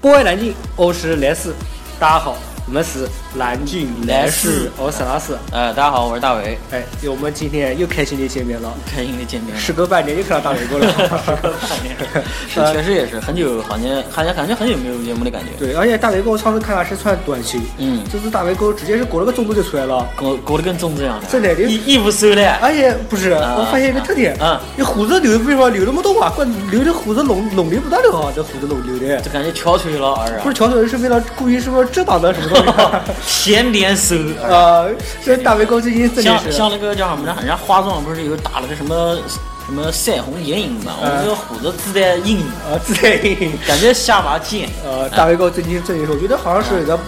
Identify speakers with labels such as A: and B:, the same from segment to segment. A: 博爱南京，我是蓝斯，大家好，我们是南京
B: 蓝
A: 斯
B: 斯，
A: 我是蓝斯。
B: 呃，大家好，我是大伟，
A: 哎，我们今天又开心的见面了，
B: 开心的见面了。
A: 时隔半年又看到大伟哥了。
B: 是，确实也是很久，好像好像感觉很久没有录节目的感觉。
A: 对，而且大伟哥，我上次看他是穿短袖，
B: 嗯，
A: 这次大伟哥直接是裹了个中肚就出来了，
B: 裹裹得跟粽子一样的，
A: 真的你
B: 衣衣服收了。
A: 而且不是，
B: 啊
A: 我发现一个特点，
B: 啊啊
A: 你胡子留为什么留那么多啊？怪留的胡子拢拢留不到的啊，这胡子拢留的，
B: 就感觉翘腿了儿啊，
A: 不是乔总是为了故意是不是遮挡的什么东 西？
B: 闲脸手儿，
A: 啊，这大伟哥最近真的
B: 像
A: 是
B: 像那个叫什么呢？人家化妆不是有打了个什么什么腮红眼影嘛？我
A: 嗯
B: 们这个胡子自带阴影，
A: 啊自带阴影。
B: 感觉下巴尖。
A: 呃，大伟哥最近真的是，我觉得好像是有
B: 啊
A: 点，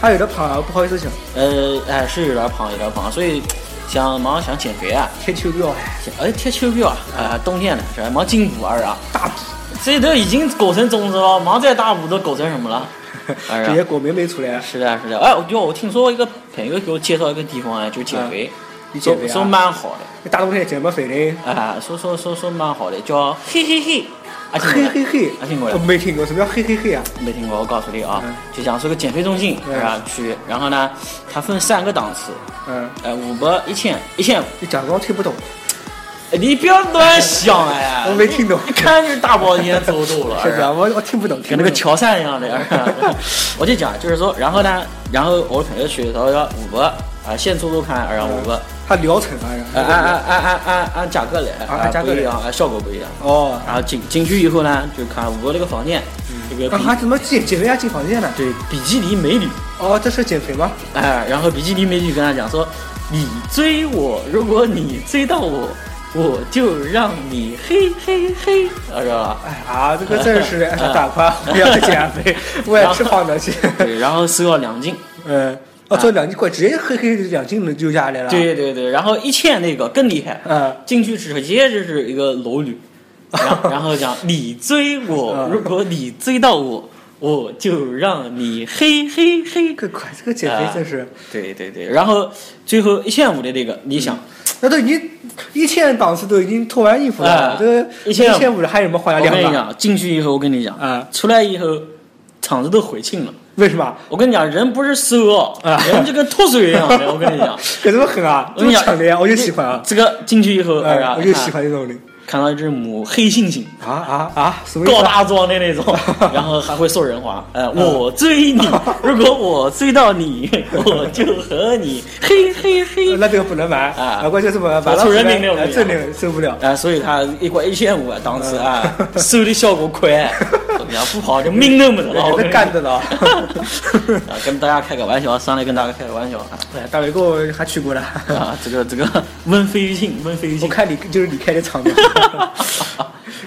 A: 他有点胖啊，不好意思讲，
B: 呃，哎，是有点胖，有点胖，所以想马上想减肥啊，
A: 贴秋膘啊，
B: 想哎贴秋膘啊，啊，冬天了是吧？忙进补儿啊，
A: 大逼，
B: 这都已经裹成粽子了，忙再大补都裹成什 么了？哎
A: 直接
B: 呀，
A: 裹妹妹出来，
B: 是的，是的。哎，我就我听说一个朋友给我介绍一个地方哎，就是减肥，
A: 你减
B: 说
A: 肥
B: 说
A: 啊？
B: 蛮好的，
A: 你大冬天减什么肥呢？
B: 哎，说说说说蛮好的， 叫嘿嘿嘿，啊，听过
A: 嘿
B: 了
A: 嘿嘿，
B: 啊，听过了
A: 我。没听过，什么叫嘿嘿嘿啊？
B: 没听过，我告诉你啊
A: 嗯，
B: 就像是个减肥中心
A: 嗯
B: 是吧？去，然后呢，它分三个档次，
A: 嗯，
B: 呃，五百、一千、一千五。
A: 你假装听不懂，，
B: 哎你不要乱想哎
A: 我没听懂
B: 一看就是大包年走路 了，
A: 是不
B: 哎
A: 是
B: 呀
A: 啊？我我听不懂，听
B: 跟
A: 不
B: 那个
A: 懂。
B: 乔杉一样的。我就讲，就是说，然后呢，然后我朋友去，他说五百啊，先做做看，然后五百，
A: 它疗程啊，
B: 按按按按按按按价格来，
A: 啊按价格来
B: 不一样，啊效果不一样。
A: 哦，
B: 然后进进去以后呢，就看五百那个房间，这个
A: 那
B: 比
A: 还怎么减减肥啊？进房间呢？
B: 对比基尼美女，
A: 哦，这是减肥吗？
B: 哎，然后比基尼美女跟他讲说，你追我，如果你追到我，我就让你嘿嘿嘿，知道吧？
A: 哎啊，这个真 是哎大宽，不要再减肥，我也吃胖点去。
B: 对，啊然后收了两斤。
A: 嗯，哦，这两斤块直接黑黑的两斤就下来了。，
B: 对对对，然后一倩那个更厉害，
A: 嗯，
B: 进去直接就是一个裸女，然 后然后讲你追我，
A: 嗯
B: 如果你追到我，我就让你嘿嘿 嘿。
A: 这个快，这个减肥真
B: 啊
A: 是，
B: 对对对，然后最后一千五的那个，你想，
A: 那都已经一千档次都已经脱完衣服了，
B: 哎
A: 这个一
B: 1500
A: 千五的还有什么花样
B: 我
A: 嗯两
B: 跟你
A: 百？
B: 讲，进去以后我跟你讲，
A: 嗯
B: 出来以后场子都悔青了。
A: 为什么？
B: 我跟你讲，人不是瘦哦
A: 啊，
B: 人就跟脱水一样 的。我跟你讲，
A: 可这么狠啊？这
B: 我
A: 么
B: 跟你讲
A: 抢的呀，我就喜欢啊！
B: 这个进去以后，哎呀
A: 哎，我就
B: 看
A: 喜欢这种的。
B: 看到一只母黑猩猩。
A: 啊啊啊！ 什么意
B: 高
A: 思啊？
B: 大壮 的那种，然后还会说人话。
A: 嗯
B: 呃，我追你，如果我追到你， 我就和你嘿嘿嘿。
A: 那这个不能买
B: 啊
A: 关键是买买了
B: 出人命令
A: 回来哎
B: 不
A: 这
B: 一样
A: 里受不了。
B: 啊，所以他一块一千五啊，当时啊，
A: 嗯
B: 收的效果快，啊 怎么样？不好就命都没得了。我
A: 我
B: 跟
A: 这
B: 你
A: 干得了。
B: 讲 啊，跟大家开个玩笑，上来跟大家开个玩笑啊。
A: 哎，大伟哥还去过呢。
B: 啊，这个这个温飞于尽，温飞于
A: 我
B: 尽。
A: 看你就是你开的场 面，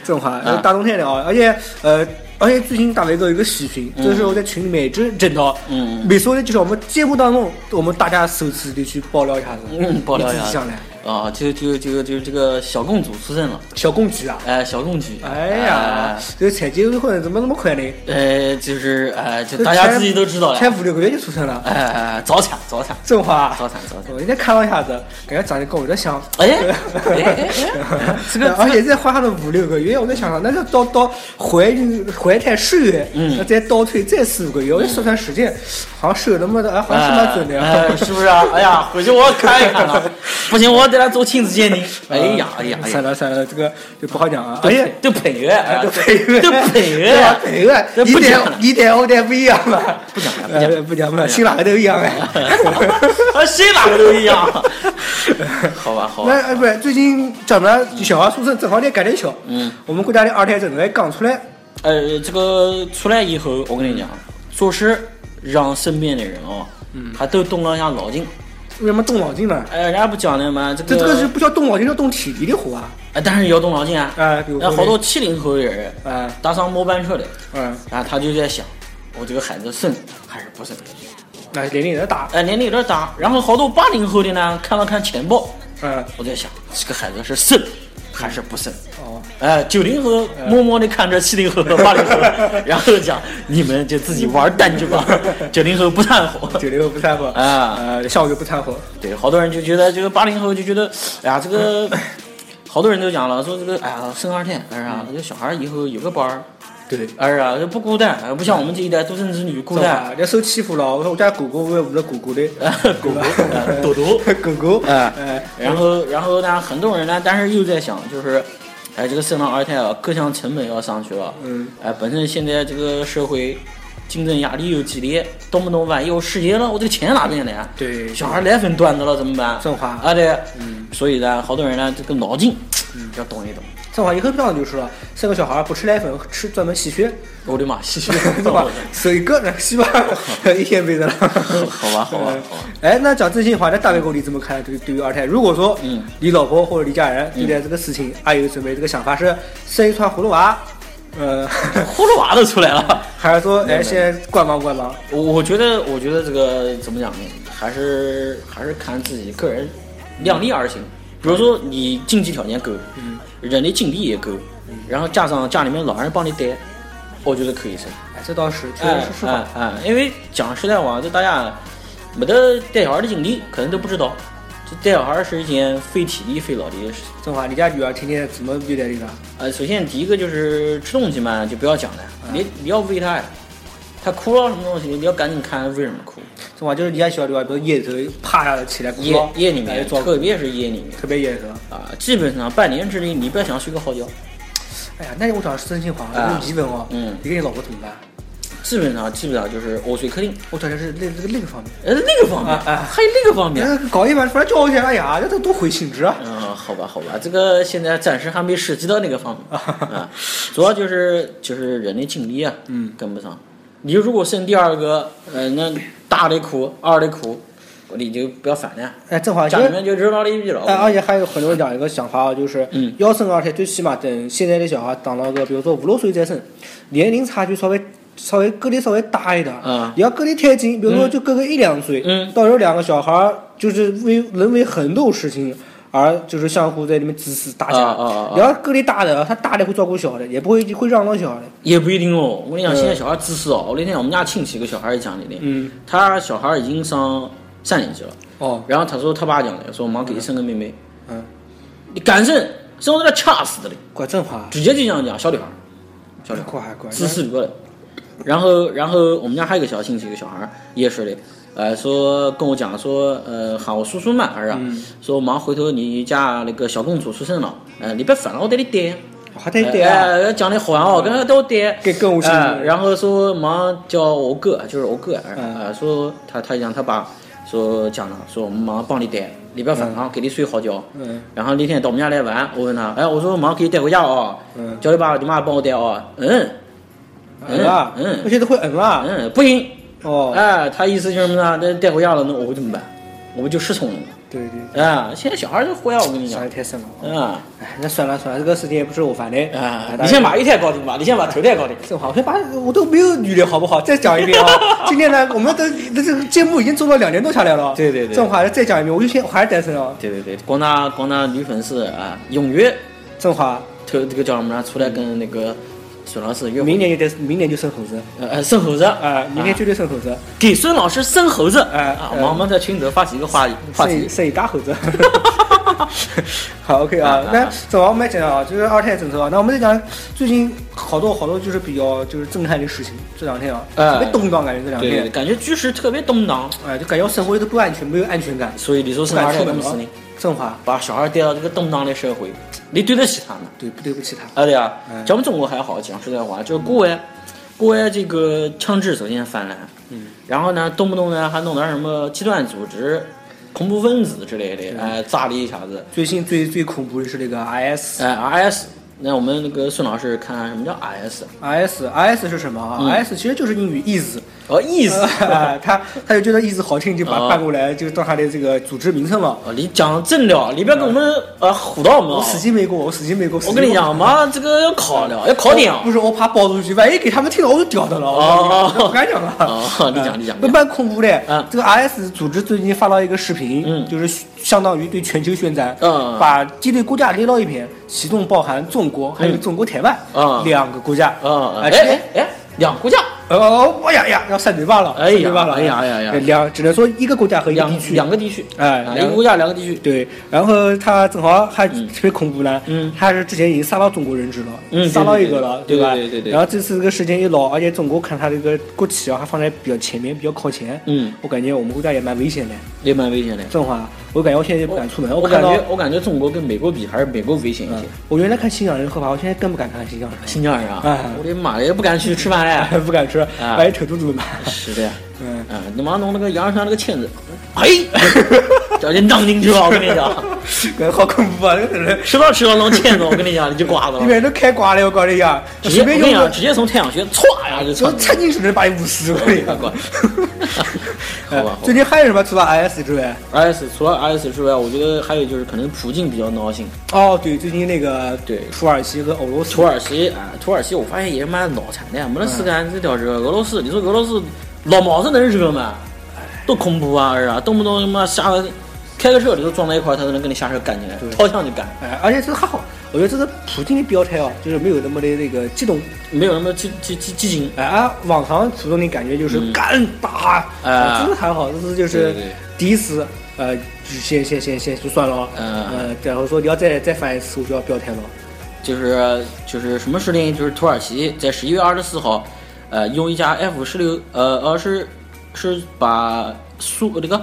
A: 这种话，
B: 啊
A: 大冬天的啊，而且呃，而且最近大伟哥有个喜讯，就是我在群里面真整到，
B: 嗯
A: 没说的就是我们节目当中，我们大家首次的去爆料一下子，
B: 嗯，爆料一
A: 你自己
B: 下
A: 想来，
B: 啊，就就就就这个小公主出生了，
A: 小公举啊，
B: 哎，小啊公主，
A: 哎呀，这个采集这混怎么那么快呢？
B: 呃，就是哎，就
A: 这
B: 大家
A: 才
B: 自己都知道了，
A: 才五六个月就出生了，
B: 哎，早产，早产，
A: 这种话，
B: 早产，早产。
A: 我人家看了一下子，感觉长得跟我在像。
B: 哎哎 哎哎，这个
A: 而且这花了五六个月，我在想想，那就到到怀孕怀胎十月，那再倒退再四五个月，我就算算时间，好像是有那么的，哎，好像是蛮准的
B: 哎
A: 呀
B: 哎。是不是啊？哎呀，回去我要看一看了，不行，我要带他做亲子鉴定。哎呀，哎呀，哎
A: 算
B: 呀，
A: 了算了，这个就不好讲啊。而且，
B: 都配乐，哎呀
A: 这啊配乐，啊
B: 都配乐，啊
A: 配乐，你得你得我得不一样了，
B: 不讲了，不讲了。
A: 呃，不讲不讲，新哪个都一样 哎。
B: 啊，谁哪个都 一样。好吧，好
A: 那
B: 吧。
A: 哎，不是，最近怎么小孩出生正好在赶得巧，
B: 嗯，
A: 我们国家的二胎政策刚出来，
B: 呃，这个出来以后，我跟你讲，做事让身边的人哦，
A: 嗯
B: 他都动了一下脑筋。
A: 为什么动脑筋呢？
B: 哎，人家不讲了吗？这
A: 这
B: 个
A: 这个是不叫动脑筋，叫动体力的活啊！
B: 哎，但是也要动脑筋啊。
A: 啊，比如
B: 那
A: 说
B: 好多七零后的人
A: 啊，
B: 搭上末班车的，
A: 嗯，
B: 然后他就在想，我这个孩子生还是不生？
A: 那年龄也大，
B: 哎，年龄有点大。然后好多八零后的呢，看了看钱包，
A: 嗯，
B: 我在想，这个孩子是生还是不生？
A: 哦，
B: 哎，九零后默默地看着七零后和八零 后，然后讲你们就自己玩蛋去吧，九零后不太火。
A: 九零后不掺和
B: 啊
A: 呃，下午就不掺和，
B: 对，好多人就觉得这个八零后就觉得，哎呀，这 个好多人都讲了，说这个哎呀生二胎，哎呀，这个小孩以后有个伴儿，
A: 对。
B: 儿啊，就不孤单，不像我们这一代独生子女孤单。啊
A: 人家受欺负了，我家狗狗会捂着狗狗的，
B: 狗狗，呃 朵朵，
A: 狗狗，
B: 啊
A: 哎，
B: 然后，然后呢，很多人呢，但是又在想，就是，哎，这个生老二胎啊，各项成本要上去了，
A: 嗯，
B: 哎，本身现在这个社会竞争压力又激烈，动不动万一我失业了，我这个钱哪边来？
A: 对
B: 小孩奶粉断着了怎么办？
A: 振华
B: 啊，对，嗯，所以呢，好多人呢，这个脑筋，要动一动。
A: 正好以后这样就说了，生个小孩不吃奶粉，吃专门洗血，
B: 我的妈，唏嘘，
A: 对 吧？手一个人洗吧，一天没得了。
B: 好吧，好吧，好吧。
A: 哎，那讲真心话，那大卫哥你怎么看？对对于二胎，如果说，嗯，你老婆或者你家人对待这个事情，啊还有准备这个想法是生一串葫芦娃， 呃，
B: 葫芦娃都出来了。
A: 还是说哎先观望观望？
B: 我我觉得，我觉得这个怎么讲呢？还是还是看自己个人量力而行。比如说你经济条件够，
A: 嗯
B: 人的精力也够，然后加上家里面老人帮你带，我觉得可以生。
A: 哎，这倒是，确实
B: 哎
A: 是是
B: 哎
A: 吧？
B: 哎，因为讲实在话，就大家没得带小孩的精力，可能都不知道，这带小孩是一件费体力、费脑力的事情。
A: 正华，你家女儿天天怎么对待你的？
B: 呃，首先第一个就是吃东西嘛，就不要讲了，
A: 嗯
B: 你你要喂他呀，他哭了什么东西，你要赶紧看为什么哭。
A: 正华就是你家小女儿，比如夜里头趴下起来哭
B: 夜
A: 闹，
B: 夜里
A: 哎
B: 面，
A: 抓
B: 特别是夜里面
A: 特别严是吧？
B: 啊，基本上半年之内你不要想睡个好觉，
A: 哎呀，那我讲真心话，
B: 啊
A: 我疑问哦，
B: 嗯
A: 你跟你老婆怎么办？
B: 基本上基本上就是卧睡客厅。
A: 我讲的是那那个那个方面。
B: 呃，那个方面，
A: 啊啊
B: 还有那个方面。
A: 那搞一晚出来教育一下，哎呀，这都多毁性质啊！
B: 嗯，好吧，好吧，这个现在暂时还没涉及到那个方面啊，主要就是就是人的精力啊，嗯，跟不上。你如果生第二个，呃，那大的苦，二的苦，你就不要烦了，
A: 哎，正好
B: 家里面就热闹了一批了。
A: 哎，而且还有很多人讲一个想法啊，就是
B: 嗯
A: 要生二胎，最起码等现在的小孩长到个，比如说五六岁再生，年龄差距稍微稍微隔离稍微大一点。
B: 嗯
A: 你要隔离太近，比如说就隔个一两岁，
B: 嗯
A: 到时候两个小孩儿就是为能为很多事情。而就是相互在里面指使打架，
B: 啊啊啊啊
A: 你要隔离大的，他大的会照顾小的，也不会会让着小的。
B: 也不一定哦。我跟你讲，
A: 嗯
B: 现在小孩自私哦。我那天我们家亲戚一个小孩也讲的呢，
A: 嗯，
B: 他小孩已经上三年级了，
A: 哦，
B: 然后他说他爸讲的，说妈给你生个妹妹，
A: 嗯，
B: 你敢生，生我都要掐死的嘞，
A: 怪振华，
B: 直接就这样讲，小女孩儿，小女孩儿，
A: 怪怪，
B: 自私多了。然后，然后我们家还有一个小亲戚，一个小孩儿也是的，呃，说跟我讲说，呃，喊我叔叔嘛，儿啊，说忙回头你家那个小公主出生了，呃，你别烦了，我带你带。
A: 还得对啊。
B: 哎，讲的好哦，跟都对，
A: 跟跟我亲
B: 哎然后说忙叫我哥，就是我哥，呃，
A: 嗯
B: 说他他讲他爸说讲了，说我们忙帮你带，你不要烦他，啊给你睡好觉。
A: 嗯，
B: 然后那天到我们家来玩，我问他，哎，我说忙给你带回家哦，
A: 嗯
B: 叫你爸你妈帮我带哦，嗯
A: 嗯啊，
B: 嗯
A: 我现在会嗯啊，
B: 嗯，不行，
A: 哦，
B: 哎，他意思就是什么呢？那带回家了，那我们怎么办？我们就失聪了，
A: 对对，
B: 啊，现在小孩都坏，我跟你
A: 想
B: 讲
A: 的，太深了。
B: 啊
A: 哎，那算了算了，这个事情也不是我烦的。
B: 啊
A: 哎，
B: 你先把一胎搞定吧，你先把头胎搞定。
A: 正好，我先把我都没有女的好不好？再讲一遍啊！今天呢，我们的这这个节目已经做了两年多下来了。
B: 对对对
A: 正好再讲一遍，我就先我还是单身啊。
B: 对对对，广大广大女粉丝啊，踊跃
A: 哦正好，
B: 投这个叫什么呢？出来跟那个孙老师约会，
A: 明年就得，明年就生猴子。
B: 呃呃，生猴子
A: 啊，明年绝对生猴子，
B: 给孙老师生猴子
A: 哎
B: 啊！
A: 哎
B: 我们在群头发起一个话话
A: 生一
B: 题，
A: 生一大猴 子。好，OK 啊
B: 啊，
A: 那
B: 啊
A: 正好我们来讲讲啊，就是二胎政策啊。那我们再讲最近好多好多就是比较就是震撼的事情，这两天啊，
B: 哎
A: 特别动荡感觉这两
B: 对对
A: 天
B: 对，。感觉局势特别动荡，
A: 哎，就感觉生活都不安全，没有安全感，
B: 所以你说
A: 不
B: 生二
A: 敢
B: 胎
A: 出
B: 怎
A: 门
B: 么事呢
A: 了？。振华，
B: 把小孩带到这个动荡的社会，你对得起他们？
A: 对不对不起他？
B: 啊对啊
A: 嗯，
B: 咱们中国还好，讲实在话，就是国外，国外这个枪支首先泛滥，嗯，然后呢，动不动呢还弄点什么极端组织、恐怖分子之类的，哎，炸了一下子，
A: 最新最最恐怖的是那个 IS。
B: 哎，RS，那我们那个孙老师看看什么叫 RS，
A: IS IS 是什么
B: 嗯
A: 啊、i s 其实就是英语意思，
B: 哦，意思，
A: 啊，他他就觉得意思好听，就把
B: 哦
A: 搬过来，就当他的这个组织名称了。
B: 哦，你讲真了，你不要跟我们呃唬到我们
A: 我
B: 啊
A: 死！记没过，我死记没过。
B: 我跟你讲，妈，这个要考了，要考
A: 死记没过，
B: 点啊
A: 不！是我怕爆出去，万一给他们听到我就屌他了，我
B: 哦
A: 我不敢讲了。
B: 哦你
A: 哎
B: 讲你讲你讲
A: 那蛮恐怖的。
B: 嗯
A: 这个 IS 组织最近发了一个视频，
B: 嗯
A: 就是相当于对全球宣战，
B: 嗯
A: 把敌对国家列到一遍，其中包含中国还有中国台湾、
B: 嗯
A: 两个国家。
B: 啊，
A: 哎
B: 哎哎哎，两国家，
A: 哦，哎呀呀，要扇嘴巴了，
B: 哎呀
A: 扇嘴巴了，
B: 哎呀哎呀哎呀
A: 两只能说一个国家和一个地
B: 两
A: 区，
B: 两个地区，
A: 哎
B: 啊
A: 两
B: 一个国家两个地区，
A: 对，然后他正好还
B: 嗯
A: 特别恐怖呢，
B: 嗯
A: 他是之前已经杀到中国人质了，
B: 嗯
A: 杀到一个了，
B: 对对
A: 吧？
B: 对对对对
A: 然后这次这个事件一闹，而且中国看他这个国旗啊，还放在比较前面，比较靠前，
B: 嗯，
A: 我感觉我们国家也蛮危险的。
B: 也蛮危险的。
A: 这种话，我感觉我现在也不敢出门，
B: 我
A: 看
B: 感
A: 到，
B: 觉我感觉中国跟美国比，还是美国危险一
A: 嗯
B: 些。
A: 我原来看新疆人喝吧，我现在更不敢看新疆人了，
B: 新疆人
A: 哎
B: 啊，我的妈呀，也不敢去吃饭嘞。
A: 不敢吃，万一扯肚子怎么办？
B: 是的呀，
A: 嗯，
B: 啊，你妈弄那个羊肉串那个签子，嘿，叫人让进去了，我跟你讲，
A: 感觉好恐怖啊！这个人
B: 吃到吃到弄签子，我跟你讲，你就挂了
A: 里。面都开挂了，我告诉你啊，
B: 直
A: 随
B: 接哦我跟
A: 便
B: 你
A: 用
B: 讲，
A: 个，
B: 直接从太阳穴歘呀就
A: 就
B: 窜进去
A: 插进去能把你捂死，我跟你讲。
B: 好吧好吧
A: 最近还有什么除了 IS 之外？
B: ，IS 哎除了 IS 之外，我觉得还有就是可能普京比较闹心。
A: 哦，对，最近那个
B: 对
A: 土耳其和俄罗斯，
B: 土耳其啊，土耳其我发现也是蛮脑残的，没得事干这条惹俄罗斯。你说俄罗斯老毛子能惹吗？
A: 哎
B: 多恐怖啊，是啊，动不动他妈下个开个车，你都撞在一块儿，他都能跟你下车干起来
A: 对，
B: 掏枪就干，
A: 哎，而且这个还好，我觉得这个普京的表态哦，就是没有那么的那个激动，
B: 没有那么激激激激情。
A: 哎，啊，往常普通的感觉就是
B: 嗯
A: 干打，
B: 哎
A: 啊这个还好，这是就
B: 对
A: 是
B: 对对
A: 第一次，呃，就先先先先就算了，
B: 嗯
A: 呃，然后说你要再再犯一次，我就要表态了，
B: 就是就是什么事情？就是土耳其在十一月二十四号，呃，用一架 F 十六呃呃是是把苏这个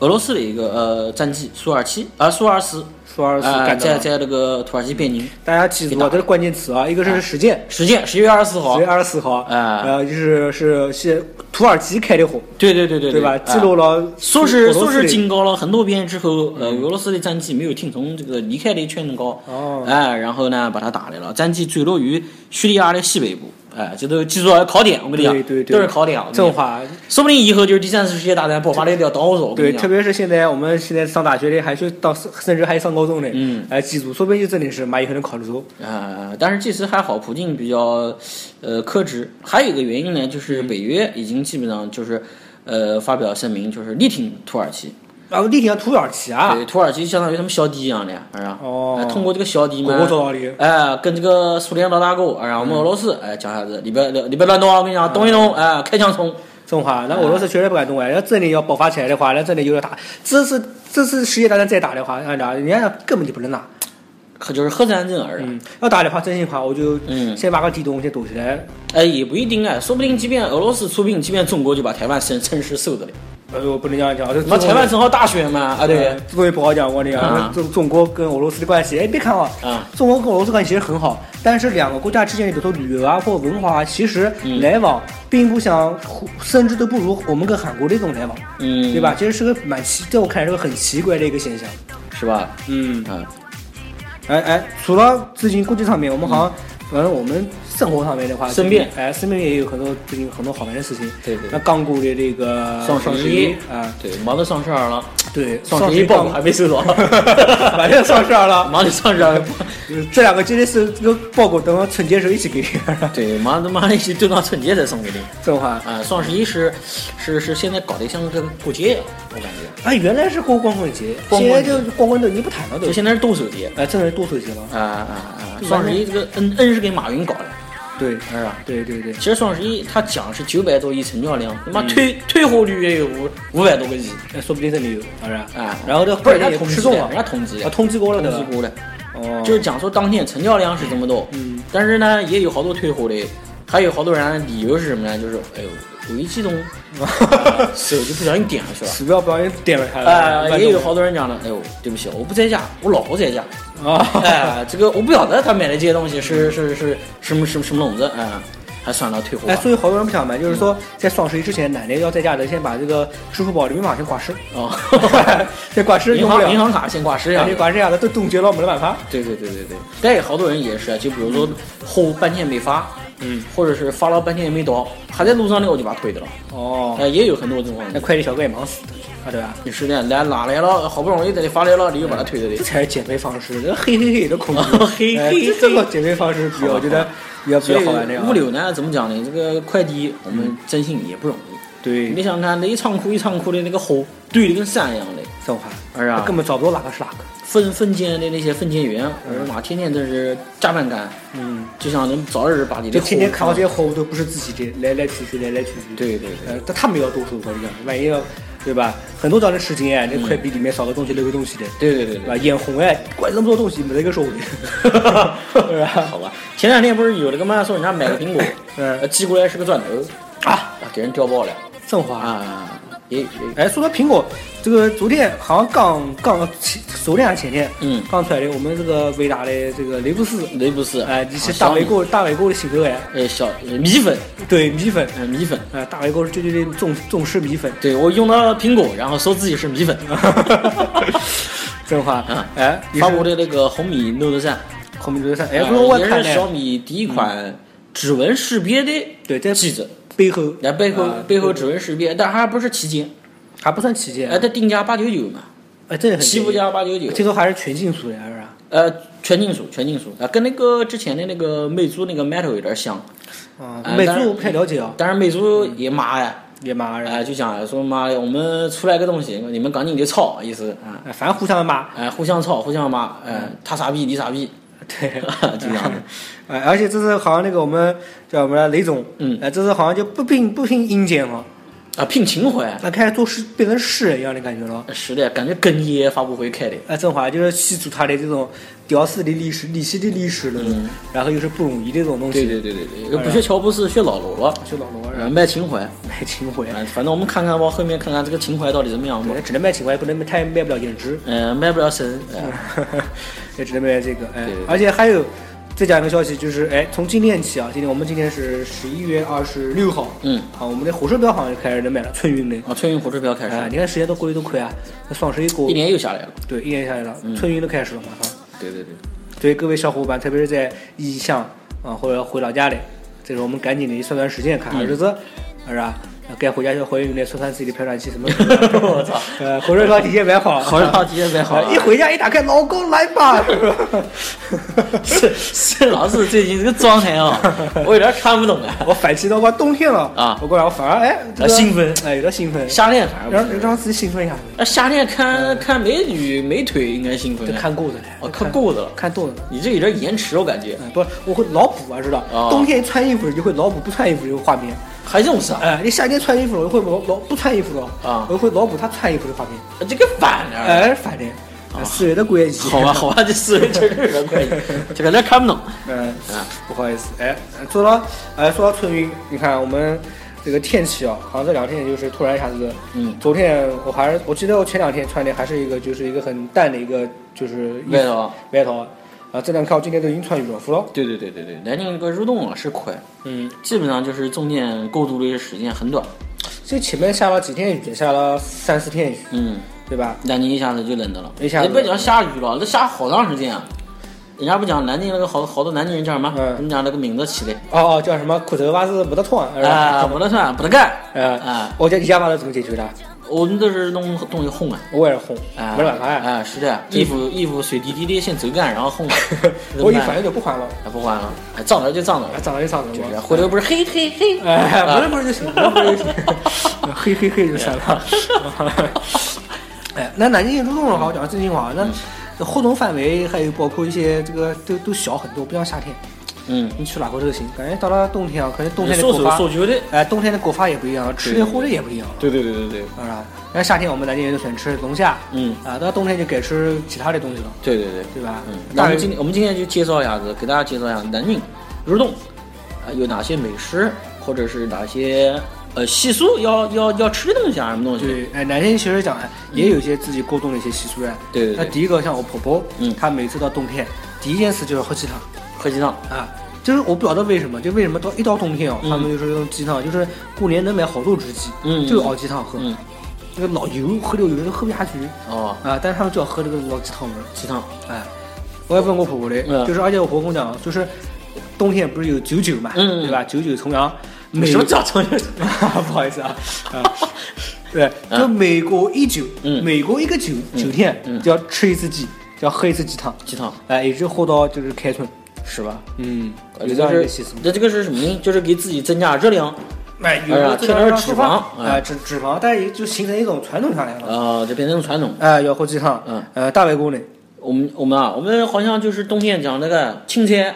B: 俄罗斯的一个呃战机苏二七啊苏二四
A: 苏二四
B: 啊
A: 干掉
B: 在
A: 了
B: 在这个土耳其边境
A: 大家记住
B: 给
A: 啊，
B: 打
A: 这是关键词啊，一个是实践，
B: 实践，十一月二十四号
A: 十月。二十四号，
B: 哎
A: 然后就是是是土耳其开的火，
B: 对对对对
A: 对吧？记录
B: 了。
A: 了
B: 说是
A: 俄罗
B: 说
A: 斯的嗯
B: 是警告了很多遍之后，呃，俄罗斯的战机没有听从这个离开的劝告，
A: 哦
B: 哎，然后呢把他打来了，战机坠落于叙利亚的西北部，哎，这都记住了考点，我跟你讲，
A: 对对对
B: 啊都是考点，我跟你
A: 这
B: 讲
A: 种话
B: 说不定以后就是第三次世界大战爆发的一条刀子，我跟
A: 对，
B: 你
A: 特
B: 讲。
A: 别是现在我们现在上大学的，还是到甚至还上高中的，
B: 嗯，
A: 哎，记住，说不定就真的是蚂蚁可能考得住。
B: 啊，但是这次还好，普京比较呃克制。还有一个原因呢，就是
A: 嗯
B: 北约已经基本上就是呃发表声明，就是力挺土耳其。
A: 然后力挺土耳其啊，
B: 对，土耳其相当于他们小弟一样的，是吧？
A: 哦
B: 哎通过这个小弟
A: 我
B: 嘛，
A: 我找道理。
B: 哎、跟这个苏联老大哥，哎，然后我们
A: 嗯
B: 俄罗斯，哎，讲啥子？里边里边乱动啊，我跟你讲，动一动，哎，开枪冲。
A: 中华，那俄罗斯确实不敢动啊！要真的要爆发起来的话，那真的有点打。这次这次世界大战再打的话，按照人家根本就不能打。
B: 可就是核战争而已。
A: 嗯，要打的话，真心话，我就
B: 嗯
A: 先挖个地洞先躲起来。
B: 哎，也不一定哎，说不定即便俄罗斯出兵，即便中国就把台湾城城市收着了。
A: 呃，我不能这样讲，这
B: 那
A: 中
B: 台
A: 国
B: 湾正好大选嘛，啊对
A: 呃，这东西不好讲。我跟你
B: 啊
A: 讲，中中国跟俄罗斯的关系，哎，别看啊，
B: 啊
A: 中国跟俄罗斯关系其实很好，但是两个国家之间，比如说旅游啊或文化啊，其实
B: 嗯
A: 来往并不像，甚至都不如我们跟韩国的这种来往，
B: 嗯，
A: 对？吧？其实是个蛮奇，在我看来是个很奇怪的一个现象。
B: 是吧？
A: 嗯，
B: 啊，
A: 哎哎，除了最近国际上面，我们好像，反正我们生活上面的话，
B: 身边
A: 最近哎身边也有很多最近很多好玩的事情。
B: 对对
A: 那刚过的这个
B: 双十
A: 一
B: 一
A: 啊，
B: 对，忙到双十二了，
A: 对，
B: 双十一
A: 刚
B: 报还没收 到，
A: 反正双十二了。
B: 忙到双十二，
A: 这两个绝对是这个包裹，等我春节时候一起给你。
B: 对，忙他妈一起丢到春节才送给你。
A: 这话，
B: 啊，双十一是是是现在搞得像个过节一样，我感觉，
A: 哎，原来是过光棍节，
B: 光
A: 现
B: 棍
A: 在
B: 节
A: 就光棍节已经不谈了都
B: 就。现在是剁手节。
A: 哎，真的是多手节了。
B: 啊啊啊！双十一这个 N N 是给马云搞的，
A: 对，
B: 是吧？
A: 对对对，
B: 其实双十一它讲是九百多亿成交量，他妈退退货率也有五五百多个亿，
A: 哎说不定真的有，当然。
B: 啊，
A: 然后这
B: 不是人
A: 人
B: 家
A: 也
B: 统
A: 吃
B: 计的，
A: 重了
B: 人，家统计
A: 啊，
B: 的，
A: 通知过了
B: 统
A: 对
B: 计
A: 吧？
B: 过的，
A: 哦，
B: 就是讲说当天成交量是这么多，
A: 嗯，
B: 但是呢，也有好多退货的，还有好多人理由是什么呢？就是哎呦，我一激 动，啊手就不小心点下 去了。
A: 鼠标不小心点了它
B: 啊，
A: 了。
B: 也有好多人讲了，哎呦，对不起，我不在家，我老婆在家。
A: 好啊。
B: 哎，这个我不晓得他买的这些东西是是是什么什么什么东西，哎，还算了退货
A: 哎，
B: 吧。
A: 所以好多人不想买，就是说在双十一之前，奶奶要在家的先把这个支付宝的密码先挂失，
B: 哦，
A: 先挂失
B: 银
A: 用不
B: 行银
A: 了，
B: 行卡先挂失呀。
A: 你挂失下来都冻结了，没得办法。
B: 对对对对对，但有好多人也是，啊就比如说货物半天没发，
A: 嗯，
B: 或者是发了半天也没到，还在路上呢，我就把它退掉了。
A: 哦，
B: 哎，也有很多这种问
A: 那
B: 题。
A: 快递小哥也忙死的，啊，对吧？
B: 你是的，来哪来了？好不容易给你发来了，你又把它退掉
A: 这
B: 的。
A: 才是减肥方式，这嘿嘿嘿的
B: 哦
A: 恐怖，
B: 嘿
A: 哎
B: 嘿
A: 这这个减肥方式比较
B: 好吧
A: 我觉得比较比
B: 所
A: 较
B: 以
A: 好玩的啊。
B: 物流呢，怎么讲呢？这个快递我们真心也不容易。
A: 对
B: 你想想看，那一仓库一仓库的那个货堆的跟山一样的，
A: 这种话，
B: 是啊
A: 他根本找不到哪个是哪个。
B: 分分拣的那些分拣员，我妈天天都是加班干，
A: 嗯，
B: 就想能早日把你的
A: 就
B: 货
A: 天天看到这些货物都不是自己的，来来去去，来来去去。
B: 对对对
A: 呃，但他们也要多收获这样，万一要对吧？很多长的事情哎，那快比里面少个东西留个东西的，
B: 嗯对对对
A: 对
B: 对
A: 吧？眼红哎，管那么多东西没得一个 收的，是吧？
B: 好吧，前两天不是有那个妈说人家买个苹果，
A: 嗯
B: 呃寄过来是个钻头，
A: 啊，
B: 啊，给人掉爆了
A: 正华。
B: 啊，也也
A: 哎，说到苹果，这个昨天好像刚刚前昨天还是前天，
B: 嗯
A: 刚出来的我们这个伟大的这个雷布斯，
B: 雷布斯，
A: 哎，你是
B: 啊
A: 大
B: 小米
A: 伟哥大伟哥的心头哎，
B: 呃小呃米粉，
A: 对米粉，
B: 呃米粉，
A: 呃，大伟哥最最最重重视米粉，
B: 对我用到苹果，然后说自己是米粉，
A: 真话
B: 啊，
A: 哎，也是
B: 发布的那个红米 Note 三，
A: 红米九三，哎，
B: 呃
A: 不是我
B: 也
A: 看嗯
B: 是小
A: 了，
B: 米第一款指纹识别的
A: 对，在
B: 机子，
A: 背后
B: 那背后
A: 啊
B: 背后指纹识别，但还不是旗舰，
A: 还不算旗舰，
B: 哎，它定价八九九嘛，
A: 哎，这很
B: 起步价八九九，
A: 听说还是全金属的，是吧？
B: 呃，全金属全金属，啊，跟那个之前的那个魅族那个 Metal 有点像。
A: 啊，
B: 哎
A: 美
B: 但
A: 族
B: 是
A: 我不太了解啊，
B: 但是魅族也骂呀，
A: 也骂人，
B: 哎，就讲说妈的，我们出来个东西，你们赶紧的抄，意思啊，
A: 哎反正互相骂，
B: 哎，互相抄，互相骂，哎，他傻逼，你傻逼，
A: 对，
B: 就这样的。
A: 哎，而且这次好像那个我们叫什么来雷总，
B: 嗯
A: 哎，这次好像就不拼不拼硬件了，
B: 啊，拼情怀，
A: 那开始做事变成诗人一样的感觉了。
B: 是的，感觉哽咽发布会开的，
A: 哎，振华就是细数他的这种屌丝的历史、逆袭的历史了，然后又是不容易的这种东
B: 对
A: 西，
B: 嗯对对对对，
A: 哎
B: 不学乔布斯，学老罗了，
A: 就老罗
B: 哎卖情怀，
A: 卖情怀，
B: 哎，反正我们看看往后面看看这个情怀到底怎么样吧
A: 对，，只能卖情怀，不能太卖不了颜值。
B: 嗯，卖不了身，哎
A: 也只能买这个，哎
B: 对对对，
A: 而且还有再讲一个消息，就是哎，从今天起啊，今天我们今天是十一月二十六号，
B: 嗯，
A: 啊，我们的火车票好像就开始能买了，春运的，
B: 啊，春运火车票开
A: 哎，
B: 始，
A: 你看时间都过得多快啊，那双十一过
B: 一，年又嗯下来了，
A: 对，一年下来了，春运都开始了，马上，
B: 对对对，
A: 所以各位小伙伴，特别是在异乡啊或者回老家的，这时候我们赶紧的算算时间，看
B: 嗯
A: 看日子，是吧？该回家就回家，算算自己的排卵期 什么时候。
B: 我操
A: 呃，火车票提前买好， 啊
B: 好让他提前买好了
A: 一。回家一打开，老公来 吧，是吧？
B: 是 是，老师最近这个状态 啊，我有点看不懂啊。
A: 我反其道吧，冬天了
B: 啊
A: 我过来我反而哎、这个
B: 啊兴奋，
A: 哎有点兴奋，
B: 夏天反而
A: 让
B: 不是，
A: 让自己兴奋一下，
B: 啊，夏天看看美女美腿应该兴奋
A: 就
B: 啊。
A: 看够子了，
B: 哦，
A: 看
B: 看够了，
A: 看肚子了。
B: 你这有点延迟，我感觉。
A: 哎，不是，我会脑补啊，知道？
B: 哦
A: 冬天穿衣服就会脑补，不穿衣服就会画面。
B: 还有这种事啊？
A: 哎，你夏天穿衣服了，我会脑脑不穿衣服了，
B: 啊
A: 我会脑补他穿衣服的画面。
B: 这个反了。
A: 哎，反正，哎四月的关系。
B: 哦好啊吧，好吧，这思维确实有点怪异，这个有点看不懂。
A: 嗯
B: 啊，
A: 不好意思，哎，说到哎，说到春运，你看我们这个天气啊，好像这两天就是突然一下子，
B: 嗯
A: 昨天我还是我记得我前两天穿的还是一个就是一个很淡的一个就是衣
B: 外头。
A: 外套，啊，这两天我今天都已经穿羽绒服了，
B: 对对对对对，南京这个入冬啊是快，
A: 嗯，
B: 基本上就是中间过渡的时间很短。
A: 这前面下了几天雨，下了三四天雨，
B: 嗯，
A: 对吧？
B: 南京一下子就冷的了，
A: 一下子
B: 你别讲下雨了，这下好长时间啊。人家不讲南京那个好好多南京人叫什么？
A: 嗯
B: 他们讲那个名字起的
A: 哦哦，叫什么裤头袜子没得穿，是吧？
B: 啊，不能 算，不能干。
A: 呃，
B: 啊，
A: 我家你家娃子怎么解决的？
B: 我们都是弄东西烘啊，
A: 我也是烘，
B: 啊，
A: 没办法呀，
B: 啊，是的，衣服衣服水滴滴的先走干，然后烘。
A: 我一反正就不还了，
B: 还不换了，哎，脏点就脏
A: 哎
B: 点，
A: 长了就长了，
B: 就是回头不是嘿嘿嘿，
A: 哎，
B: 啊
A: 不是不是就行，不是不是就行， 嘿嘿嘿就算了。哎，那南京入冬的话，我讲真心话，
B: 嗯
A: 那这活动范围还有包括一些这个都都小很多，不像夏天，
B: 嗯，
A: 你去哪块都行。感觉到了冬天啊，可能冬天的
B: 所
A: 过
B: 手
A: 法
B: 所，觉的，
A: 哎，冬天的过法也不一样，吃的喝的也不一样，
B: 对对对对对，
A: 是吧？那啊夏天我们南京人就喜欢吃龙虾，
B: 嗯，
A: 啊，到冬天就改吃其他的东西了，
B: 对对对，
A: 对吧
B: 嗯，？那我
A: 大
B: 们
A: 鱼
B: 今天我们今天就介绍一下子，给大家介绍一下南宁入洞啊、有哪些美食，或者是哪些呃习俗要要要吃的东西啊，什么东西？
A: 对，哎，南京其实讲哎也有一些自己过冬的一些习俗哎。
B: 对对
A: 那
B: 对
A: 第一个像我婆婆，
B: 嗯
A: 她每次到冬天，第一件事就是喝鸡汤
B: 喝鸡汤，
A: 啊。就是我不晓得为什么，就为什么到一到冬天哦，
B: 嗯
A: 他们就是用鸡汤，就是过年能买好多只鸡，
B: 嗯
A: 就熬鸡汤喝。
B: 嗯，
A: 那个老油喝的油都喝不下去
B: 哦，
A: 啊，但是他们就要喝这个老鸡汤味儿。
B: 鸡汤，
A: 哎，我也问过婆婆的，
B: 嗯
A: 就是而且我婆婆跟我讲，就是冬天不是有九九嘛，
B: 嗯嗯
A: 对吧？九九重阳，每
B: 什么叫成人？
A: 不好意思啊，啊，对，就每过一九，
B: 嗯
A: 每过一个九九天
B: 嗯
A: 就要吃一次鸡，就要喝一次鸡汤，
B: 鸡汤
A: 哎，一直喝到就是开春，
B: 是吧？
A: 嗯，有
B: 这
A: 这样一
B: 个
A: 个习
B: 是
A: 俗。
B: 那这个是什么呢？就是给自己增加热量，
A: 哎，有
B: 哎
A: 时
B: 呀
A: 候这
B: 天
A: 叫
B: 然
A: 脂
B: 脂
A: 肪
B: 肪哎
A: 啊，脂脂肪，但也就形成一种传统上来了。
B: 啊，就变成传统。
A: 哎，要喝鸡汤，
B: 嗯，
A: 呃，大胃功能，
B: 我们我们啊，我们好像就是冬天讲那个青菜，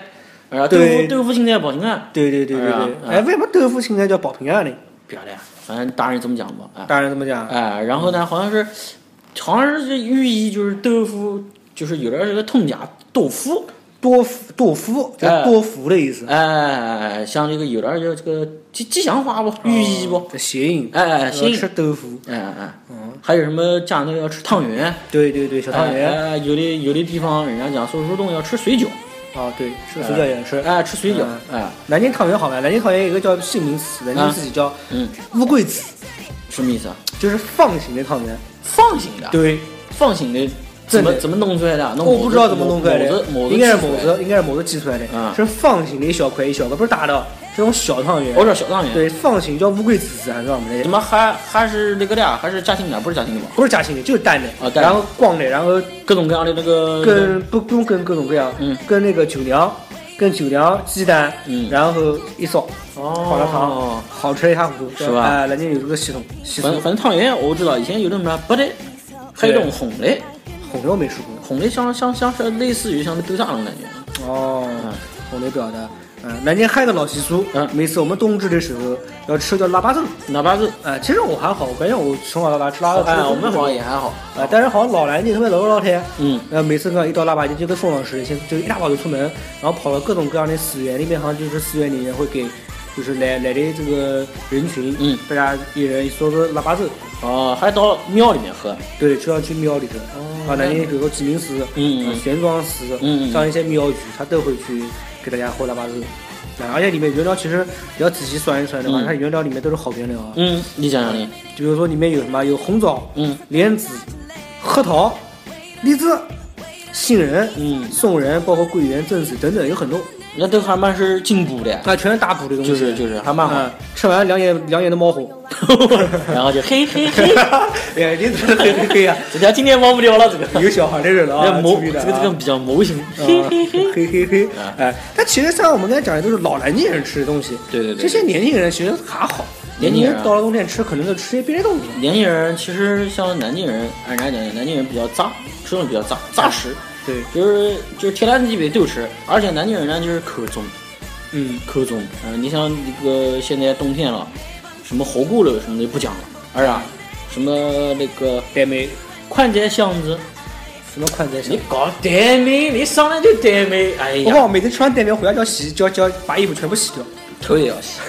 B: 啊，豆
A: 对
B: 腐豆腐青菜保平安，
A: 对对对对
B: 哎呀嗯
A: 对，哎，为什么豆腐现在叫保平安呢？
B: 不晓得，反正大人这么讲吧，哎
A: 大人这么讲，
B: 哎，然后呢，好像是好像是寓意就是豆腐，就是有点这个通假豆腐，
A: 多福多福就
B: 哎
A: 多福的意思，
B: 哎，像这个有点就这个吉吉祥话不，寓意不，
A: 哦，这谐音，
B: 哎，
A: 要
B: 行，
A: 吃豆腐，
B: 哎哎，还有什么家长要吃汤圆，
A: 对对对，小汤圆，
B: 哎哎有的有的地方人家讲说入洞要吃水饺，
A: 啊，对，吃水饺也吃。
B: 哎，吃水饺
A: 嗯，
B: 哎，
A: 南京汤圆好玩，南京汤圆有一个叫新名词，南京自己叫
B: 嗯，
A: 乌龟子，
B: 什么意思啊？
A: 就是放型的汤圆。
B: 放型的，
A: 对，
B: 放型的，怎
A: 真
B: 么
A: 的
B: 怎么弄出来的？弄
A: 我不知道怎么弄出来
B: 某
A: 的
B: 子某，子
A: 应该是
B: 制出
A: 某
B: 来的，
A: 子，应该是某子挤出来的
B: 嗯，
A: 是放型的一小块一小块，不是大的，这种小汤圆
B: 我。这小汤圆，
A: 对，放型叫乌龟子，按照我们
B: 怎
A: 的，
B: 么还还是那个的，啊还是家庭的，不是家庭的吧？
A: 不是夹心的，就是蛋的
B: 啊，蛋的
A: 然后光的，然后
B: 各种各样的那个
A: 跟不不用跟各种各样
B: 嗯，
A: 跟那个酒酿，跟酒酿、鸡蛋，
B: 嗯
A: 然后一烧，放点
B: 哦
A: 糖，好吃一塌糊涂，
B: 是吧
A: 哎，南京有这个系统，习
B: 反
A: 俗
B: 正，反正汤圆我知道，以前有那种什么白的，还有那种红的，
A: 红牛没吃过。
B: 红的像像像是类似于像豆沙那种感觉。
A: 哦
B: 嗯，
A: 我没表达。嗯，南京还有个老习俗，
B: 嗯
A: 每次我们冬至的时候要吃叫腊八粥。
B: 哪怕是
A: 哎，其实我还好，我感觉我从小到大吃腊八粥，
B: 哎，我们好像也还好。
A: 啊，但是好像老南京特别老老太，
B: 嗯，
A: 呃，每次呢一到腊八节就跟宋老师一起，就一大早就出门，然后跑到各种各样的寺院，那边好像就是寺院里面会给，就是来来的这个人群，
B: 嗯，
A: 大家一人说说腊八粥，
B: 哦，还到庙里面喝。
A: 对，就要去庙里头，
B: 哦
A: 啊，南京比如说鸡鸣寺，
B: 嗯
A: 呃
B: 嗯
A: 玄奘寺，
B: 嗯嗯
A: 这样一些庙宇，他都会去给大家喝腊八粥。啊，而且里面原料其实你要仔细算一算的话，
B: 嗯
A: 它原料里面都是好原料啊。
B: 嗯，你讲讲你。
A: 就比如说里面有什么，有红枣、
B: 嗯
A: 莲子、核桃、荔枝、杏仁、
B: 嗯，
A: 宋仁，包括桂圆、榛子等等，有很多，
B: 那都还蛮是进补 的，
A: 那全是大补的东西。
B: 就是就是还蛮好。
A: 啊，吃完两眼两眼的冒红，
B: 然后就嘿嘿嘿，
A: 哎，你怎么黑黑黑呀？
B: 人家今天忘不了了这个。
A: 有小孩的人了
B: 这
A: 啊，
B: 魔，
A: 注意
B: 这
A: 了
B: 个
A: 啊
B: 这个比较魔性。
A: 啊嘿嘿嘿，哎，但其实像我们刚才讲的都是老南京人吃的东西，
B: 对对对
A: 这些年轻人其实还好，
B: 年轻
A: 轻
B: 人啊
A: 人到了冬天吃，可能就吃些别的东西。
B: 年轻人其实像南京人，按人家讲，南京人比较扎，吃东西比较扎扎实，
A: 对，
B: 就是就是天南地北都吃，而且南京人呢就是口重
A: 嗯，
B: 口重，嗯、你像那个现在冬天了，什么火锅了什么的不讲了，哎呀，什么那个
A: 白梅
B: 宽窄巷子，
A: 什么宽窄巷
B: 你。搞单妹，你上来就单妹，哎
A: 我
B: 呀，
A: 靠，每天吃完蛋面回家就要洗，就要就要把衣服全部洗掉。
B: 头也要 洗，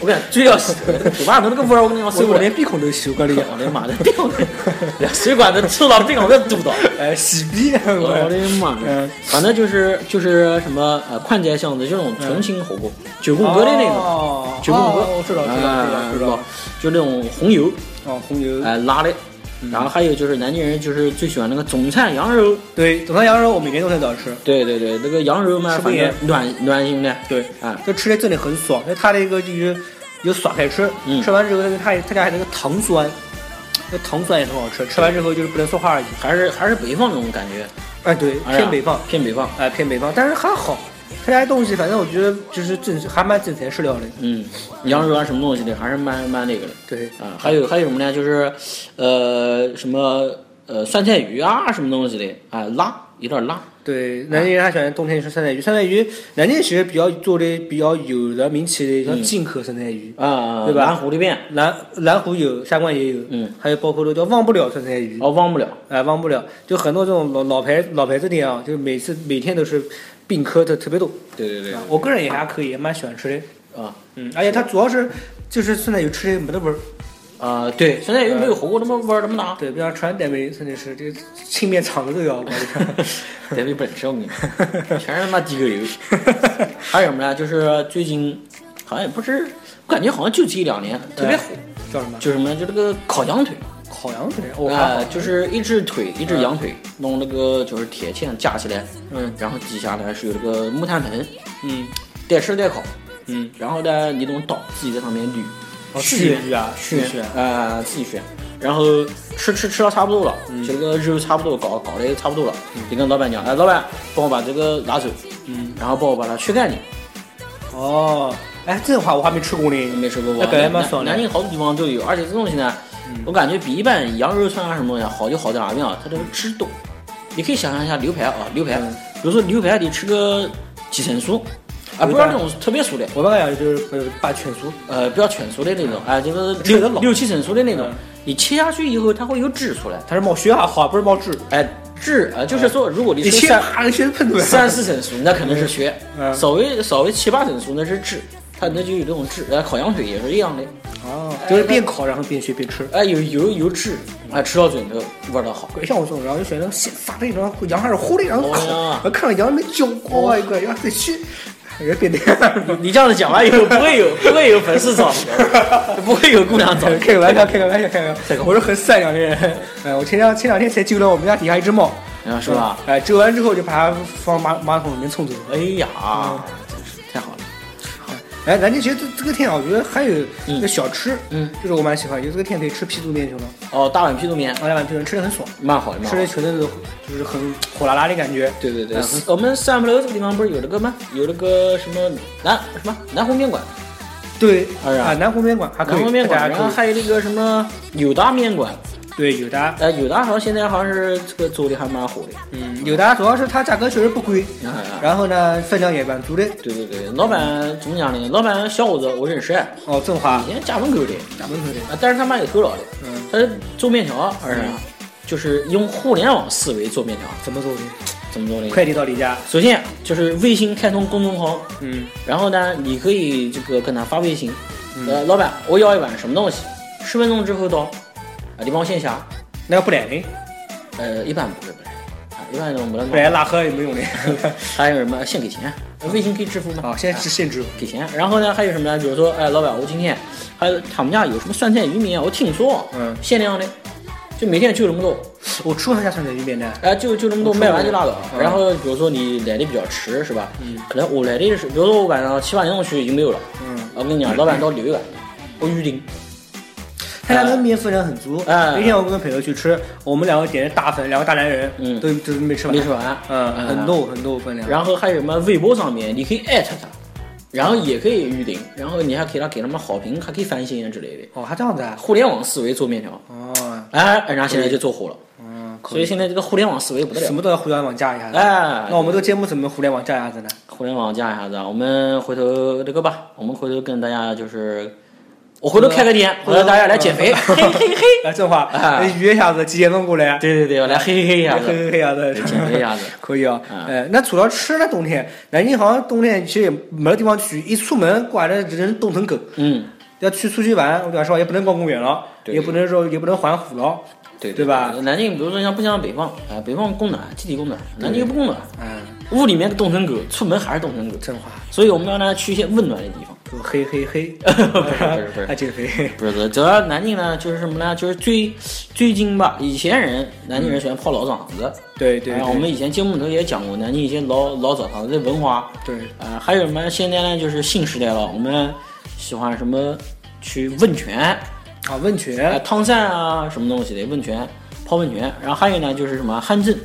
B: 我跟你讲，嘴要洗，嘴巴头那个味儿我跟你讲，
A: 所
B: 受
A: 以
B: 不
A: 我
B: 了。
A: 连鼻孔都洗，我跟你讲。
B: 我的妈的，掉了！ 水管子吃到鼻孔都堵到。
A: 哎，洗鼻，我
B: 我的妈呀
A: 嗯！
B: 反正就是就是什么呃宽窄巷子这种重庆火锅，九宫格的那种，
A: 种
B: 九宫格
A: 哦我知道，知道，知道，
B: 哎，
A: 知
B: 是
A: 道
B: 吧。？就那种红油
A: 哦，红牛，
B: 哎拉的，然后还有就是南京人就是最喜欢那个总菜羊肉，
A: 对，总山羊肉我每年都在早吃，
B: 对对对，那个羊肉嘛，
A: 吃不
B: 反
A: 厌
B: 正暖暖心的，
A: 对
B: 哎
A: 这吃的真的很爽，因为它的一个就是有耍开吃，
B: 嗯
A: 吃完之后那个它它家还有那个糖酸，那糖酸也很好吃，吃完之后就是不能说话而已。
B: 还是还是北方那种感觉，
A: 哎，对，
B: 哎呀
A: 偏北方，
B: 偏北方，
A: 哎，偏北方，但是还好，他家东西反正我觉得就是正还蛮正材适料的。
B: 嗯，羊肉啊什么东西的，还是蛮蛮那个的。
A: 对，
B: 啊，还有还有什么呢？就是，呃，什么呃酸菜鱼啊，什么东西的啊，辣，有点辣。
A: 对，南京人还喜欢冬天吃酸菜鱼，酸菜鱼南京其实比较做的比较有的名气
B: 嗯
A: 的，像进口酸菜鱼，
B: 啊，
A: 对吧
B: 南湖那边，
A: 南南湖有，下关也有，
B: 嗯，
A: 还有包括那叫忘不了酸菜鱼，
B: 哦，忘不了。
A: 哎，忘不了，就很多这种老老牌老牌子店啊，就是每次每天都是病客的特别多。
B: 对对对
A: 啊我个人也还可以，也蛮喜欢吃的。
B: 啊
A: 嗯，而且它主要是就是酸菜鱼吃的没得味儿，
B: 啊，对，酸菜鱼没有火锅那么味儿那么大。
A: 呃对，不像川代梅真的是这个沁面肠子都要，我跟你 讲。
B: 台北不能吃，我跟 你讲，全是他妈地沟油。还有什么呢？就是最近好像也不是，我感觉好像就这一两年特别火，
A: 叫什么？
B: 就是什么呢？就这个烤羊腿。
A: 烤羊腿，我
B: 啊、
A: 看
B: 就是一只腿，一只羊腿，弄那个就是铁线架起来，
A: 嗯，
B: 然后底下呢是有这个木炭盆，
A: 嗯
B: 带吃带烤，
A: 嗯，
B: 然后呢，你用刀自己在上面捋，
A: 哦自己
B: 旋
A: 捋啊自己
B: 旋
A: 旋
B: 啊、自己旋，然后吃吃吃到差不多了，
A: 嗯
B: 就这个肉差不多搞搞的差不多了，就跟老板讲，哎，老板帮我把这个拿走，
A: 嗯，
B: 然后帮我把它去干净，
A: 哦，哎，这话我还没吃过呢。
B: 没吃过吧？
A: 那感觉蛮爽的嗯
B: 南南京好多地方都有，而且这东西呢，我感觉比一般羊肉串啊什么东西啊好就好在哪边啊？它这个汁多。你可以想象一下牛排啊，牛排，
A: 嗯
B: 比如说牛排得吃个几成熟，啊，
A: 明白
B: 不要那种特别熟的，
A: 我们讲就是呃把全熟，
B: 呃，不要全熟的那种，哎，就是
A: 嗯吃得
B: 六
A: 老
B: 六七成熟的那种
A: 嗯，
B: 你切下去以后它会有汁出来，
A: 它是冒血还好，不是冒汁。
B: 哎，汁啊，就是说如果你
A: 呃你
B: 吃
A: 切
B: 三
A: 啊，切喷出来。
B: 三四成熟，那可能是血，
A: 嗯
B: 稍微稍微七八成熟那是汁，它那就有这种汁，哎，烤羊腿也是一样的。
A: 哦，就是边烤然后边学边吃。
B: 哎，有有有汁，哎，吃到嘴头味道好。
A: 像我这种人，我就选择先撒那种羊还是糊的，然后烤
B: 哦呀，
A: 我看到羊没焦过一个，然后再熏，人变得。
B: 你这样子讲完以后，不会有不会有粉丝找你的，不会有姑娘找你。
A: 开个玩笑，开个玩笑，开个玩笑。我是很善良的人，哎，我前两前两天才救了我们家底下一只猫，
B: 啊，是吧？？
A: 哎，救完之后就把它放马马桶里面冲走了。
B: 哎
A: 嗯
B: 呀，真是太好了。
A: 哎，南京其实这这个天啊，我觉得还有
B: 嗯
A: 一个小吃，
B: 嗯，
A: 就是我蛮喜欢，就这个天可以吃皮肚面球了，
B: 哦，大碗皮肚面，
A: 大家碗皮肚面吃的很爽，
B: 蛮好的，蛮好
A: 吃的
B: 的。
A: 全都是就是很火辣辣的感觉。
B: 哦对对对
A: 嗯，
B: 我们三不楼这个地方不是有那个吗？有那个什么南什么南湖面馆，
A: 对，
B: 哎呀
A: 啊，南湖面馆还可
B: 南
A: 以，
B: 湖面
A: 啊大
B: 馆，
A: 家
B: 然后
A: 可
B: 还有那个什么友达面馆，
A: 以对有的，啊
B: 呃，友达好像现在好像是这个做的还蛮火的。
A: 嗯，有的主要是它价格确实不贵，
B: 啊啊
A: 然后呢分量也蛮足的。
B: 对对对，老板怎么讲呢？老板小伙子我认识，啊以
A: 哦，振华，
B: 前家门口的。
A: 哪门口的？
B: 啊，但是他妈有头脑的，
A: 嗯，
B: 他做面条，而是啊就是用互联网思维做面条，
A: 怎么做的？
B: 怎么做呢？
A: 快递到你家。
B: 首先就是微信开通公众号，
A: 嗯，
B: 然后呢，你可以这个跟他发微信，呃，老板，我要一碗什么东西，十分钟之后到，啊，你帮我线下，
A: 那个不来的，
B: 呃，一般不是不是，啊，一般我们
A: 不来拉嗯黑也没用的。
B: 还有什么现给钱，微信可以支付吗？
A: 好，现在
B: 啊
A: 是限制。
B: 给钱。然后呢，还有什么呢？比如说，哎，老板，我今天还有他们家有什么酸菜鱼啊面，我听说，
A: 嗯
B: 限量的，就每天就这么多。
A: 我吃过他家酸菜鱼面的，
B: 哎，就就这么多，
A: 我吃
B: 卖完
A: 过
B: 就拉倒。
A: 嗯
B: 然后比如说你来的比较迟，是吧？可能我来的是，比如说我晚上七八点钟去已经没有了。
A: 嗯，
B: 我跟你讲，老板到六点，我预定。
A: 他
B: 嗯
A: 家的面分量很足。
B: 哎
A: 那天我跟朋友去吃，我们两个点的大份，两个大男人，
B: 嗯
A: 都都没吃完
B: 没。吃完，
A: 嗯，很
B: 嗯
A: 多很多分量。
B: 然后还有什么微博上面，你可以艾特他，然后也可以预定，然后你还给他给他们好评，还可以翻新啊之类的。
A: 哦，还这样子啊？
B: 互联网思维做面条，
A: 哦，
B: 哎，然后现在就做火了。
A: 嗯，可
B: 所以现在这个互联网思维不得了
A: 什。么都要互联网加一下子。
B: 哎
A: 那，我们这个节目怎么互联网加一下子呢？
B: 互联网加一下子，啊，我们回头这个吧，我们回头跟大家就是，我回头开个店，我让大家来减肥， 嘿嘿嘿。
A: 来，振华
B: 啊，
A: 你约一下子几点钟过来？
B: 对对对，我来啊嘿嘿嘿一下
A: 黑
B: 子，
A: 黑黑鸭子，
B: 减肥一下子。
A: 可以啊
B: 嗯，
A: 哎，那除了吃呢，冬天南京好像冬天其实也没地方去，一出门挂着人冻成狗。
B: 嗯，
A: 要去出去玩，我跟你说也不能逛公园了，
B: 对
A: 也不能说也不能环湖了，
B: 对
A: 对吧？
B: 南京比如说像不像北方啊？北方供暖，集体供暖，南京又不供暖，
A: 嗯，
B: 屋里面冻成狗，出门还是冻成狗，
A: 真话，
B: 所以我们要呢去一些温暖的地方。
A: 就黑黑黑， 啊
B: 不是不是不是
A: 还减肥，
B: 不是，主要南京呢就是什么呢？就是最最近吧，以前人南京人喜欢泡老澡堂子。
A: 对对
B: 哎我们以前节目里头也讲过南京一些老老澡堂子的文化。
A: 对，
B: 啊，还有什么？现在呢，就是新时代了，我们喜欢什么去温泉，
A: 啊，温
B: 哎，
A: 泉，
B: 汤散啊，什么东西的温泉，泡温泉。然后还有呢，就是什么汗蒸，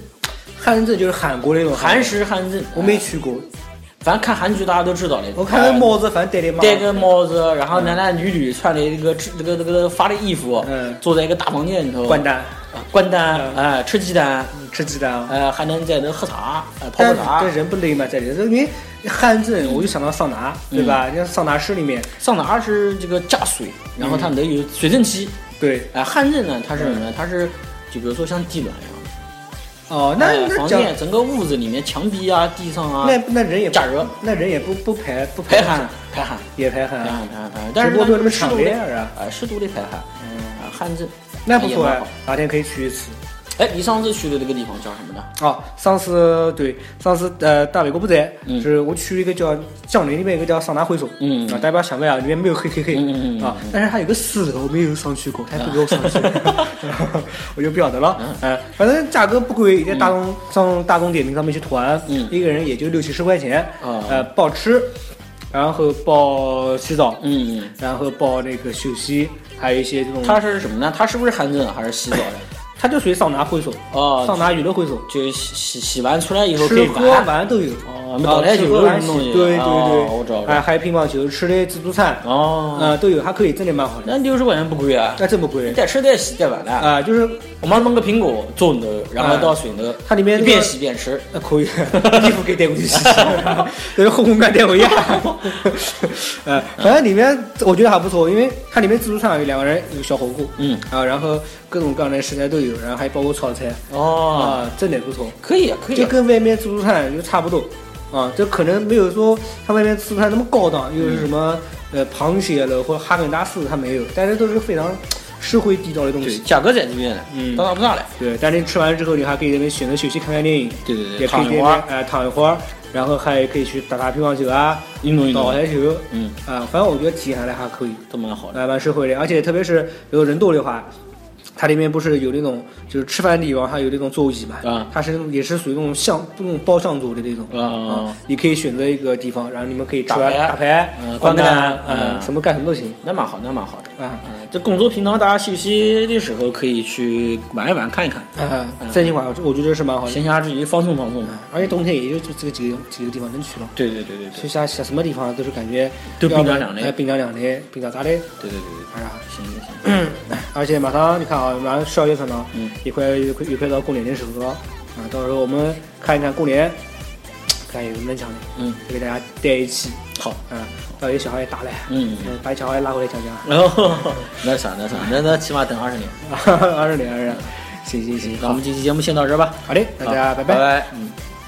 A: 汉字就是韩国那种
B: 韩，式哎汗蒸。
A: 我没去过，
B: 反正看韩剧大家都知道的。
A: 我看
B: 呃
A: 那帽子反正戴的嘛，
B: 戴个帽子，然后男男女女穿的那个这个这个发的衣服，
A: 嗯
B: 坐在一个大房间里头，
A: 掼蛋，
B: 啊关单，哎、
A: 嗯
B: 吃鸡蛋，
A: 吃鸡蛋啊。
B: 呃，还能在那喝茶，呃，泡
A: 但
B: 泡
A: 是
B: 茶
A: 这，人不累嘛，在这，因为汗蒸，我就想到桑拿，
B: 嗯
A: 对吧？像桑拿室里面，
B: 上哪儿是这个加水，然后它里头有水蒸气，
A: 对，
B: 哎、汗蒸呢，它是什么呢？它是就比如说像地暖一样的，
A: 哦，那
B: 呃
A: 那
B: 房
A: 讲，
B: 间整个屋子里面墙壁啊、地上啊
A: 那那人也不
B: 加热，
A: 那人也不不排不
B: 排汗，排汗，
A: 也排
B: 排
A: 汗，啊
B: 汗，排汗，排汗但是
A: 直播都
B: 呢
A: 这么
B: 适
A: 敞
B: 度
A: 亮
B: 的，
A: 啊，
B: 哎，适度的排汗，啊，汗蒸，
A: 嗯那不错
B: 哎
A: 哎
B: 也蛮好，
A: 哪天可以去一次。
B: 哎，你上次去的那个地方叫什么呢？
A: 哦，上次对上次呃大伟哥不在，
B: 嗯
A: 是我去一个叫江陵那边有一个叫桑拿会所，
B: 嗯
A: 啊，大家不要想不了，里面没有黑黑黑，
B: 嗯嗯嗯
A: 啊，但是它有个四楼没有上去过，他也不给我上去， 我就不晓得了，
B: 嗯
A: 哎、反正价格不贵，在大众、上大众点评上面去团，
B: 嗯
A: 一个人也就六七十块钱，
B: 啊
A: 呃，包吃，然后包洗澡，
B: 嗯嗯。
A: 然后包那个休息，还有一些这种，
B: 它是什么呢？它是不是汗蒸还是洗澡的？
A: 它就属于桑拿会所，
B: 哦
A: 桑拿娱乐会所，
B: 就洗洗洗完出来以后可
A: 吃
B: 以
A: 喝
B: 玩。
A: 玩都有，啊
B: 哦，打台球
A: 吃喝
B: 什么
A: 玩
B: 东西？
A: 喜，对对
B: 哦
A: 对，
B: 我知道。我知
A: 哎，
B: 道
A: 还有乒乓球、吃的自助餐，
B: 哦，
A: 啊都有，还可以，真的蛮好的，
B: 那六十块钱不贵啊，
A: 那真不贵
B: 带吃带洗带玩的。
A: 啊，就是
B: 我妈弄个苹果做你的，然后倒水的，
A: 嗯它里面
B: 一
A: 那个
B: 边洗边吃。
A: 那呃可以， 衣服给带过去洗 洗，但是后空干带回家。 呃，反正里面我觉得还不错，因为它里面自助餐有两个人有小火锅，
B: 嗯，
A: 啊，然后各种各样的食材都有，然后还包括炒菜，
B: 哦，
A: 啊，真的不错，
B: 可以啊，可以
A: 就
B: 啊。
A: 跟外面自助餐就差不多，啊，这可能没有说它外面自助餐那么高档，又是什么呃螃蟹了或者哈根达斯它没有，但是都是非常实惠地道的东
B: 对，
A: 西。
B: 价格在这边呢，
A: 嗯
B: 到大不大嘞？
A: 对，但是你吃完之后，你还可以在那边选择休息看看电影。
B: 对对
A: 也可
B: 躺
A: 以
B: 一
A: 在
B: 会
A: 那
B: 儿，
A: 哎躺一会儿，然后还可以去打打乒乓球啊，
B: 运动运
A: 打
B: 动，
A: 台球
B: 嗯，
A: 啊，反正我觉得体验下来还可以，
B: 都蛮好的。
A: 还蛮实惠的。而且特别是如果人多的话，它里面不是有那种就是吃饭的地方，它有那种座椅嘛，
B: 啊
A: 它是那种也是属于那种像那种包厢桌的那种。
B: 啊，
A: 你可以选择一个地方，然后你们可以吃
B: 打
A: 完
B: 牌
A: 打牌
B: 嗯、
A: 观
B: 观看
A: 看，嗯，
B: 嗯
A: 什么干什么都行
B: 那蛮好，那蛮好的。
A: 啊
B: 嗯，这工作平常大家休息的时候可以去玩一玩、看一看，
A: 啊！真心话，我觉得是蛮好的，
B: 闲暇之余放松放松。
A: 而且冬天也就就这个几个几个地方能去了。
B: 对对对对对
A: 去下下什么地方都是感觉
B: 都冰凉凉的
A: 的，哎，冰凉凉的，冰凉啥的，
B: 对对对对，
A: 哎呀，
B: 行行行，
A: 而且马上你看啊，马上十二月份了，
B: 嗯，
A: 也快也快也快到过年的时候了，啊，到时候我们看一看过年，看有什么能讲的，
B: 嗯，
A: 再给大家带一期，
B: 好，
A: 啊，到底小孩也大了，
B: 嗯，
A: 嗯，把小孩拉回来讲讲，
B: 然后 那啥那啥，那那起码等二十年。
A: 二十年二十年，行行行，
B: 那我
A: 嗯好
B: 们这期节目先到这儿吧，
A: 好的，大家
B: 好
A: 拜
B: 拜拜，嗯。
A: 拜